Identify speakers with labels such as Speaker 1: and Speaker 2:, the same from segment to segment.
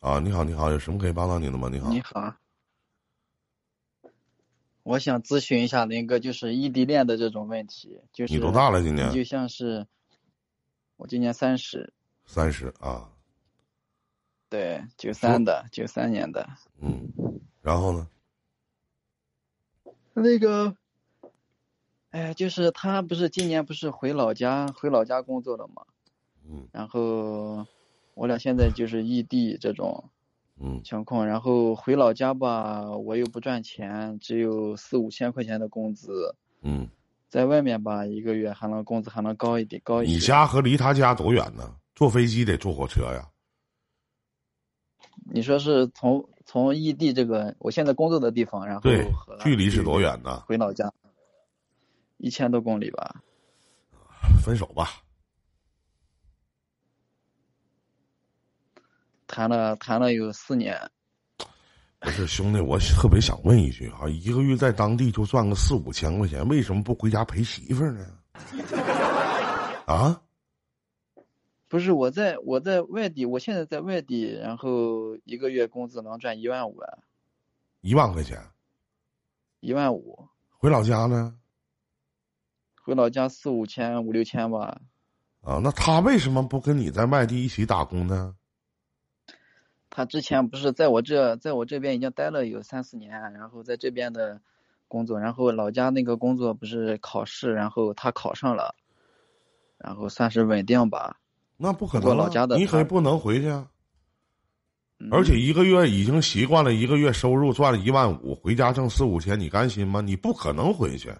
Speaker 1: 啊，你好，你好，有什么可以帮到您的吗？你好，
Speaker 2: 你好，我想咨询一下那个就是异地恋的这种问题，就是
Speaker 1: 你多大了？今
Speaker 2: 你就
Speaker 1: 年
Speaker 2: 像是我今年三十，
Speaker 1: 三十啊，
Speaker 2: 对，九
Speaker 1: 说
Speaker 2: 三的，九三年的。
Speaker 1: 嗯，然后呢？
Speaker 2: 那个，哎，就是他不是今年不是回老家回老家工作了嘛，
Speaker 1: 嗯
Speaker 2: 然后我俩现在就是异地这种
Speaker 1: 嗯
Speaker 2: 情况，然后回老家吧，我又不赚钱，只有四五千块钱的工资，
Speaker 1: 嗯，
Speaker 2: 在外面吧，一个月还能工资还能高一点，高一
Speaker 1: 你
Speaker 2: 些。
Speaker 1: 家和离他家多远呢？坐飞机得坐火车呀。
Speaker 2: 你说是从从异地这个我现在工作的地方，然后
Speaker 1: 对
Speaker 2: 哦和，
Speaker 1: 距离是多远呢？
Speaker 2: 回老家一千多公里吧。
Speaker 1: 分手吧，
Speaker 2: 谈了谈了有四年，
Speaker 1: 不是兄弟，我特别想问一句啊，一个月在当地就赚个四五千块钱，为什么不回家陪媳妇儿呢？啊，
Speaker 2: 不是我在我在外地，我现在在外地，然后一个月工资能赚一万五，
Speaker 1: 一万块钱，
Speaker 2: 一万五，
Speaker 1: 回老家呢？
Speaker 2: 回老家四五千五六千吧。
Speaker 1: 啊，那他为什么不跟你在外地一起打工呢？
Speaker 2: 他之前不是在我这，在我这边已经待了有三四年，啊然后在这边的工作，然后老家那个工作不是考试，然后他考上了，然后算是稳定吧。
Speaker 1: 那不可能、啊，
Speaker 2: 我老家的
Speaker 1: 你
Speaker 2: 他
Speaker 1: 可不能回去啊！
Speaker 2: 嗯、
Speaker 1: 而且一个月已经习惯了，一个月收入赚了一万五，回家挣四五千，你甘心吗？你不可能回去。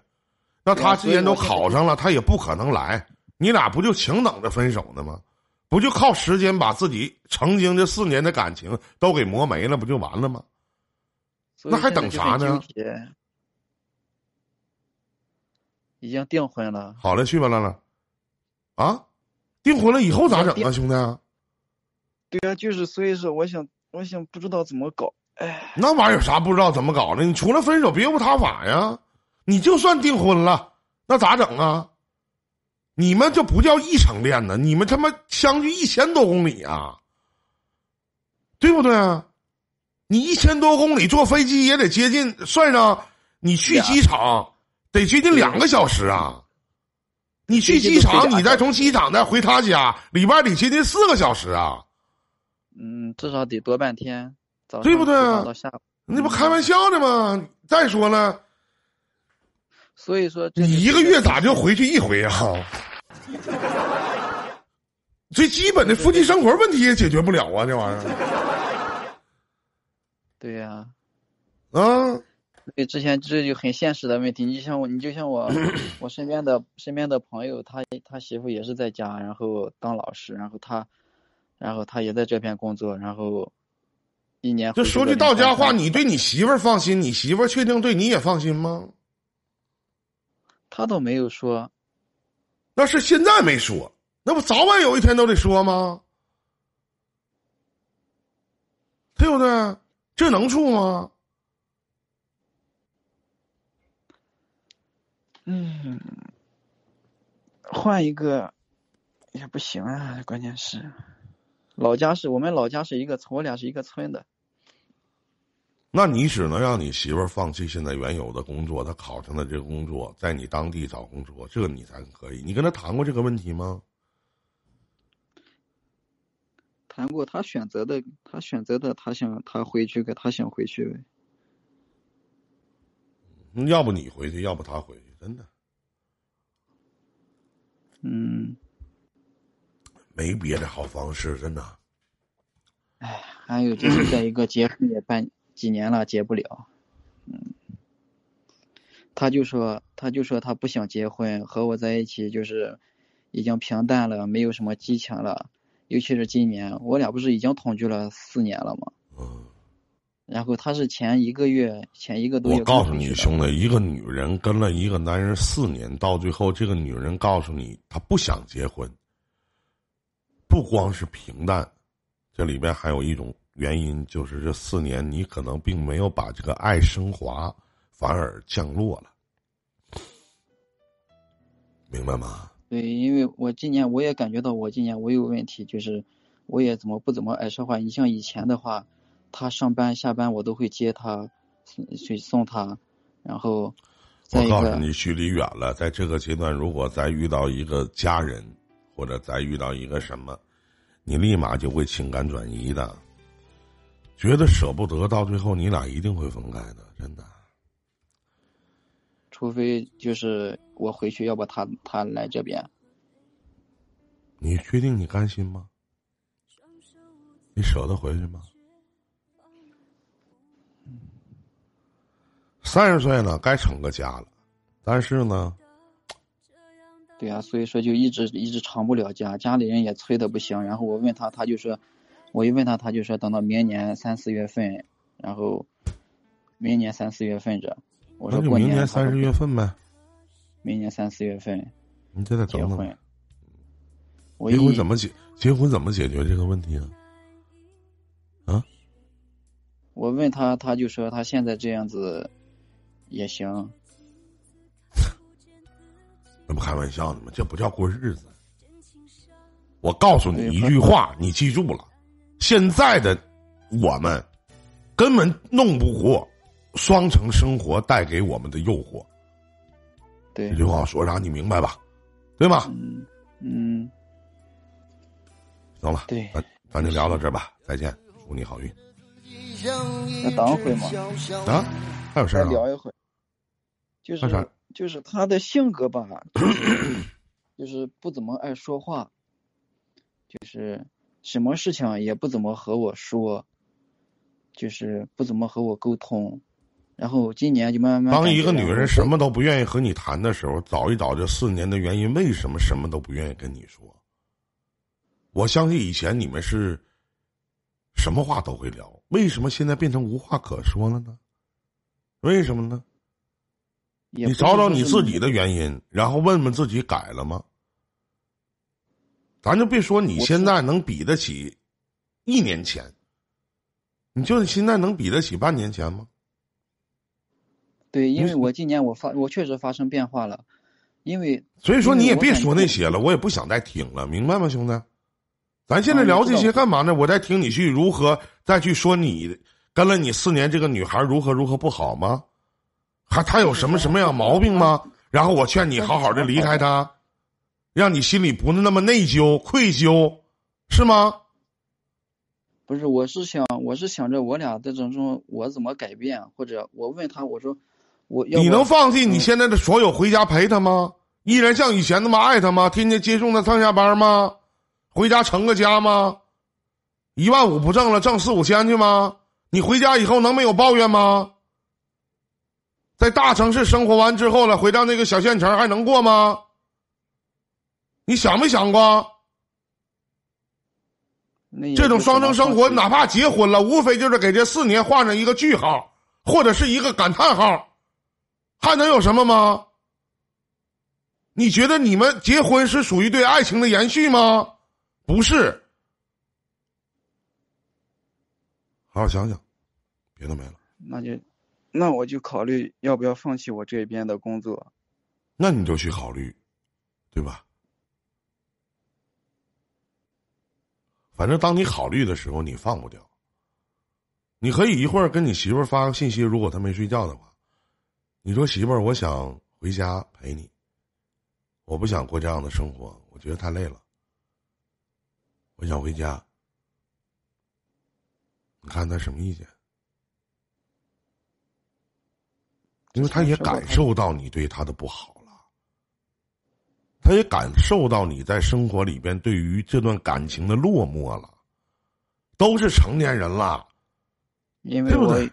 Speaker 1: 那
Speaker 2: 对
Speaker 1: 他
Speaker 2: 啊
Speaker 1: 既
Speaker 2: 所以
Speaker 1: 然都
Speaker 2: 我现在
Speaker 1: 考上了，他也不可能来，你俩不就请等着分手呢吗？不就靠时间把自己曾经这四年的感情都给磨没了，不就完了吗？
Speaker 2: 所以
Speaker 1: 那还
Speaker 2: 现在
Speaker 1: 等
Speaker 2: 就
Speaker 1: 啥
Speaker 2: 很
Speaker 1: 呢
Speaker 2: 纠结已经订婚了，
Speaker 1: 好了，去吧，兰兰，啊，订婚了以后咋整啊，
Speaker 2: 订
Speaker 1: 兄弟啊？
Speaker 2: 对啊，就是所以说我想，我想不知道怎么搞，哎，
Speaker 1: 那玩意儿有啥不知道怎么搞的？你除了分手，别无他法呀！你就算订婚了，那咋整啊？你们这不叫异城恋呢，你们他妈相距一千多公里啊，对不对啊？你一千多公里坐飞机也得接近，算上你去
Speaker 2: 俩
Speaker 1: 机场得接近两个小时啊。你去机
Speaker 2: 飞机都
Speaker 1: 场，
Speaker 2: 飞俩
Speaker 1: 你再从机场再回他家，里边得接近四个小时啊，
Speaker 2: 嗯，至少得多半天，早
Speaker 1: 对
Speaker 2: 上
Speaker 1: 不对
Speaker 2: 出
Speaker 1: 啊
Speaker 2: 发到下午，
Speaker 1: 那不开玩笑呢吗？再说了。
Speaker 2: 所以说这就
Speaker 1: 你一
Speaker 2: 是
Speaker 1: 个月咋
Speaker 2: 纠
Speaker 1: 就回去一回啊？ 最基本的夫妻生活问题也解决不了啊，这玩意儿
Speaker 2: 对呀、
Speaker 1: 啊，
Speaker 2: 对，之前这就很现实的问题。你像我，你就像 我，我身边的身边的朋友，他他媳妇也是在家，然后当老师，然后他，然后他也在这边工作，然后一年
Speaker 1: 就
Speaker 2: 回去
Speaker 1: 说
Speaker 2: 个
Speaker 1: 句
Speaker 2: 两
Speaker 1: 到
Speaker 2: 三
Speaker 1: 家话，
Speaker 2: 天
Speaker 1: 你对你媳妇儿放心，你媳妇儿确定对你也放心吗？
Speaker 2: 他倒没有说，
Speaker 1: 那是现在没说，那不早晚有一天都得说吗？对不对？这能处吗？
Speaker 2: 嗯，换一个也不行啊，关键是老家是我们老家是一个村，我俩是一个村的，
Speaker 1: 那你只能让你媳妇儿放弃现在原有的工作，她考上了这个工作，在你当地找工作，这你才可以。你跟她谈过这个问题吗？
Speaker 2: 谈过他选择的，他选择的，他想他回去，他想回去呗。
Speaker 1: 嗯要不你回去，要不他回去，真的
Speaker 2: 嗯，
Speaker 1: 没别的好方式，真的。
Speaker 2: 还有就是再一个结婚也办几年了，结不了。嗯，他就说，他就说他不想结婚，和我在一起就是已经平淡了，没有什么激情了。尤其是今年，我俩不是已经同居了四年了吗？
Speaker 1: 嗯，
Speaker 2: 然后他是前一个月，前一个多月
Speaker 1: 我告诉
Speaker 2: 刚回
Speaker 1: 你，
Speaker 2: 去的
Speaker 1: 兄弟，一个女人跟了一个男人四年，到最后，这个女人告诉你，她不想结婚，不光是平淡，这里边还有一种原因，就是这四年你可能并没有把这个爱升华，反而降落了，明白吗？
Speaker 2: 对，因为我今年我也感觉到我今年我有问题，就是我也怎么不怎么爱说话。你像以前的话，他上班下班我都会接他，去送他，然后再
Speaker 1: 我
Speaker 2: 一
Speaker 1: 告诉
Speaker 2: 个，
Speaker 1: 你，距离远了，在这个阶段，如果再遇到一个家人，或者再遇到一个什么，你立马就会情感转移的，觉得舍不得，到最后你俩一定会分开的，真的。
Speaker 2: 除非就是我回去，要不他他来这边，
Speaker 1: 你确定你甘心吗？你舍得回去吗？三十岁了，该成个家了，但是呢，
Speaker 2: 对啊，所以说就一直一直成不了家，家里人也催的不行。然后我问他，他就说，我一问他，他就说等到明年三四月份，然后明年三四月份这，我
Speaker 1: 那
Speaker 2: 说
Speaker 1: 就
Speaker 2: 过
Speaker 1: 明
Speaker 2: 年
Speaker 1: 年
Speaker 2: 他说
Speaker 1: 三十
Speaker 2: 不
Speaker 1: 月份呗，
Speaker 2: 明年三四月份
Speaker 1: 你这得
Speaker 2: 结
Speaker 1: 等等呗
Speaker 2: 婚。。我
Speaker 1: 结
Speaker 2: 一
Speaker 1: 婚怎么解？结婚怎么解决这个问题啊？
Speaker 2: 我问他，他就说他现在这样子也行。
Speaker 1: 那不开玩笑呢吗？这不叫过日子。我告诉你
Speaker 2: 对
Speaker 1: 一句话，你记住了。现在的我们根本弄不过双城生活带给我们的诱惑。
Speaker 2: 对
Speaker 1: 这，句话我说啥你明白吧？对吧？
Speaker 2: 嗯嗯，
Speaker 1: 行了，
Speaker 2: 对
Speaker 1: 咱咱就聊到这儿吧，再见，祝你好运
Speaker 2: 那等会嘛，
Speaker 1: 啊！还有事
Speaker 2: 再
Speaker 1: 儿啊？
Speaker 2: 聊一会儿。就
Speaker 1: 那啥
Speaker 2: 是就是他的性格吧，就是 就是不怎么爱说话，就是什么事情也不怎么和我说，就是不怎么和我沟通。然后今年就慢慢
Speaker 1: 当
Speaker 2: 感
Speaker 1: 一
Speaker 2: 觉啊
Speaker 1: 个
Speaker 2: 到
Speaker 1: 女
Speaker 2: 我
Speaker 1: 人什么都不愿意和你谈的时候，找一找这四年的原因，为什么什么都不愿意跟你说？我相信以前你们是什么话都会聊，为什么现在变成无话可说了呢？为什么呢？
Speaker 2: 也
Speaker 1: 你
Speaker 2: 不
Speaker 1: 找
Speaker 2: 是
Speaker 1: 找
Speaker 2: 说
Speaker 1: 你
Speaker 2: 是
Speaker 1: 自己的原因，然后问问自己改了吗？咱就别说你
Speaker 2: 我
Speaker 1: 现
Speaker 2: 是
Speaker 1: 在能比得起一年前，你就是现在能比得起半年前吗？
Speaker 2: 对，因
Speaker 1: 你
Speaker 2: 为我今年我发我确实发生变化了，因为
Speaker 1: 所以说
Speaker 2: 因为
Speaker 1: 你也
Speaker 2: 嗯我
Speaker 1: 别
Speaker 2: 感
Speaker 1: 说
Speaker 2: 觉
Speaker 1: 那些了，我也不想再听了，明白吗，兄弟？咱现在
Speaker 2: 啊我
Speaker 1: 聊
Speaker 2: 知
Speaker 1: 这
Speaker 2: 道
Speaker 1: 些干嘛呢？我再听你去如何再去说你跟了你四年这个女孩如何如何不好吗？还她有什么什么样毛病吗？然后我劝你好好的离开她，让你心里不那么内疚、愧疚，是吗？
Speaker 2: 不是我是想我是想着我俩在当中我怎么改变，或者我问他我说我要
Speaker 1: 你
Speaker 2: 不
Speaker 1: 能放弃你
Speaker 2: 嗯
Speaker 1: 现在的所有回家陪她吗？依然像以前那么爱她吗？天天接送她上下班吗？回家成个家吗？一万五不挣了，挣四五千去吗？你回家以后能没有抱怨吗？在大城市生活完之后了，回到那个小县城还能过吗？你想没想过
Speaker 2: 那也
Speaker 1: 这种
Speaker 2: 不怎
Speaker 1: 双
Speaker 2: 么
Speaker 1: 生生
Speaker 2: 放
Speaker 1: 活，
Speaker 2: 弃
Speaker 1: 哪怕结婚了，无非就是给这四年画上一个句号，或者是一个感叹号，还能有什么吗？你觉得你们结婚是属于对爱情的延续吗？不是。好好想想，别的没了。
Speaker 2: 那就那我就考虑要不要放弃我这边的工作。
Speaker 1: 那你就去考虑，对吧？反正当你考虑的时候，你放不掉。你可以一会儿跟你媳妇儿发个信息，如果她没睡觉的话，你说媳妇儿，我想回家陪你，我不想过这样的生活，我觉得太累了，我想回家。你看她什么意见？因为她也感受到你对她的不好了，她也感受到你在生活里边对于这段感情的落寞了，都是成年人了。
Speaker 2: 因为
Speaker 1: 对不
Speaker 2: 我
Speaker 1: 对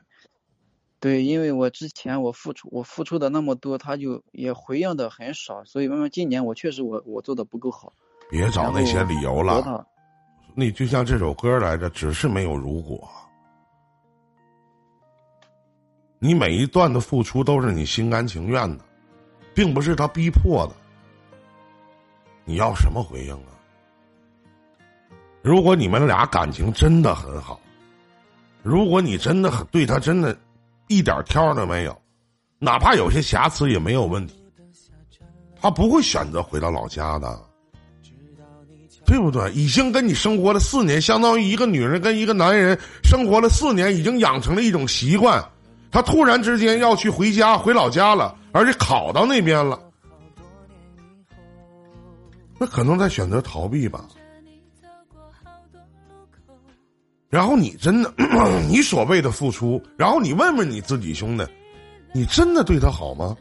Speaker 2: 对因为我之前我付出我付出的那么多，他就也回应的很少，所以慢慢今年我确实我我做的不够好，
Speaker 1: 别找那些理由
Speaker 2: 得
Speaker 1: 了，
Speaker 2: 到
Speaker 1: 那就像这首歌来着，只是没有如果。你每一段的付出都是你心甘情愿的，并不是他逼迫的。你要什么回应啊？如果你们俩感情真的很好，如果你真的很对他真的一点挑儿都没有，哪怕有些瑕疵也没有问题，他不会选择回到老家的。对不对？已经跟你生活了四年，相当于一个女人跟一个男人生活了四年，已经养成了一种习惯。她突然之间要去回家，回老家了，而且考到那边了，那可能在选择逃避吧。然后你真的， 你所谓的付出，然后你问问你自己，兄弟，你真的对他好吗？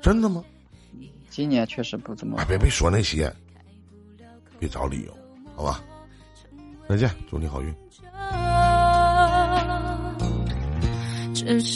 Speaker 1: 真的吗？
Speaker 2: 今年确实不怎么
Speaker 1: 哎，。别别说那些，别找理由，好吧？再见，祝你好运。
Speaker 3: 只是。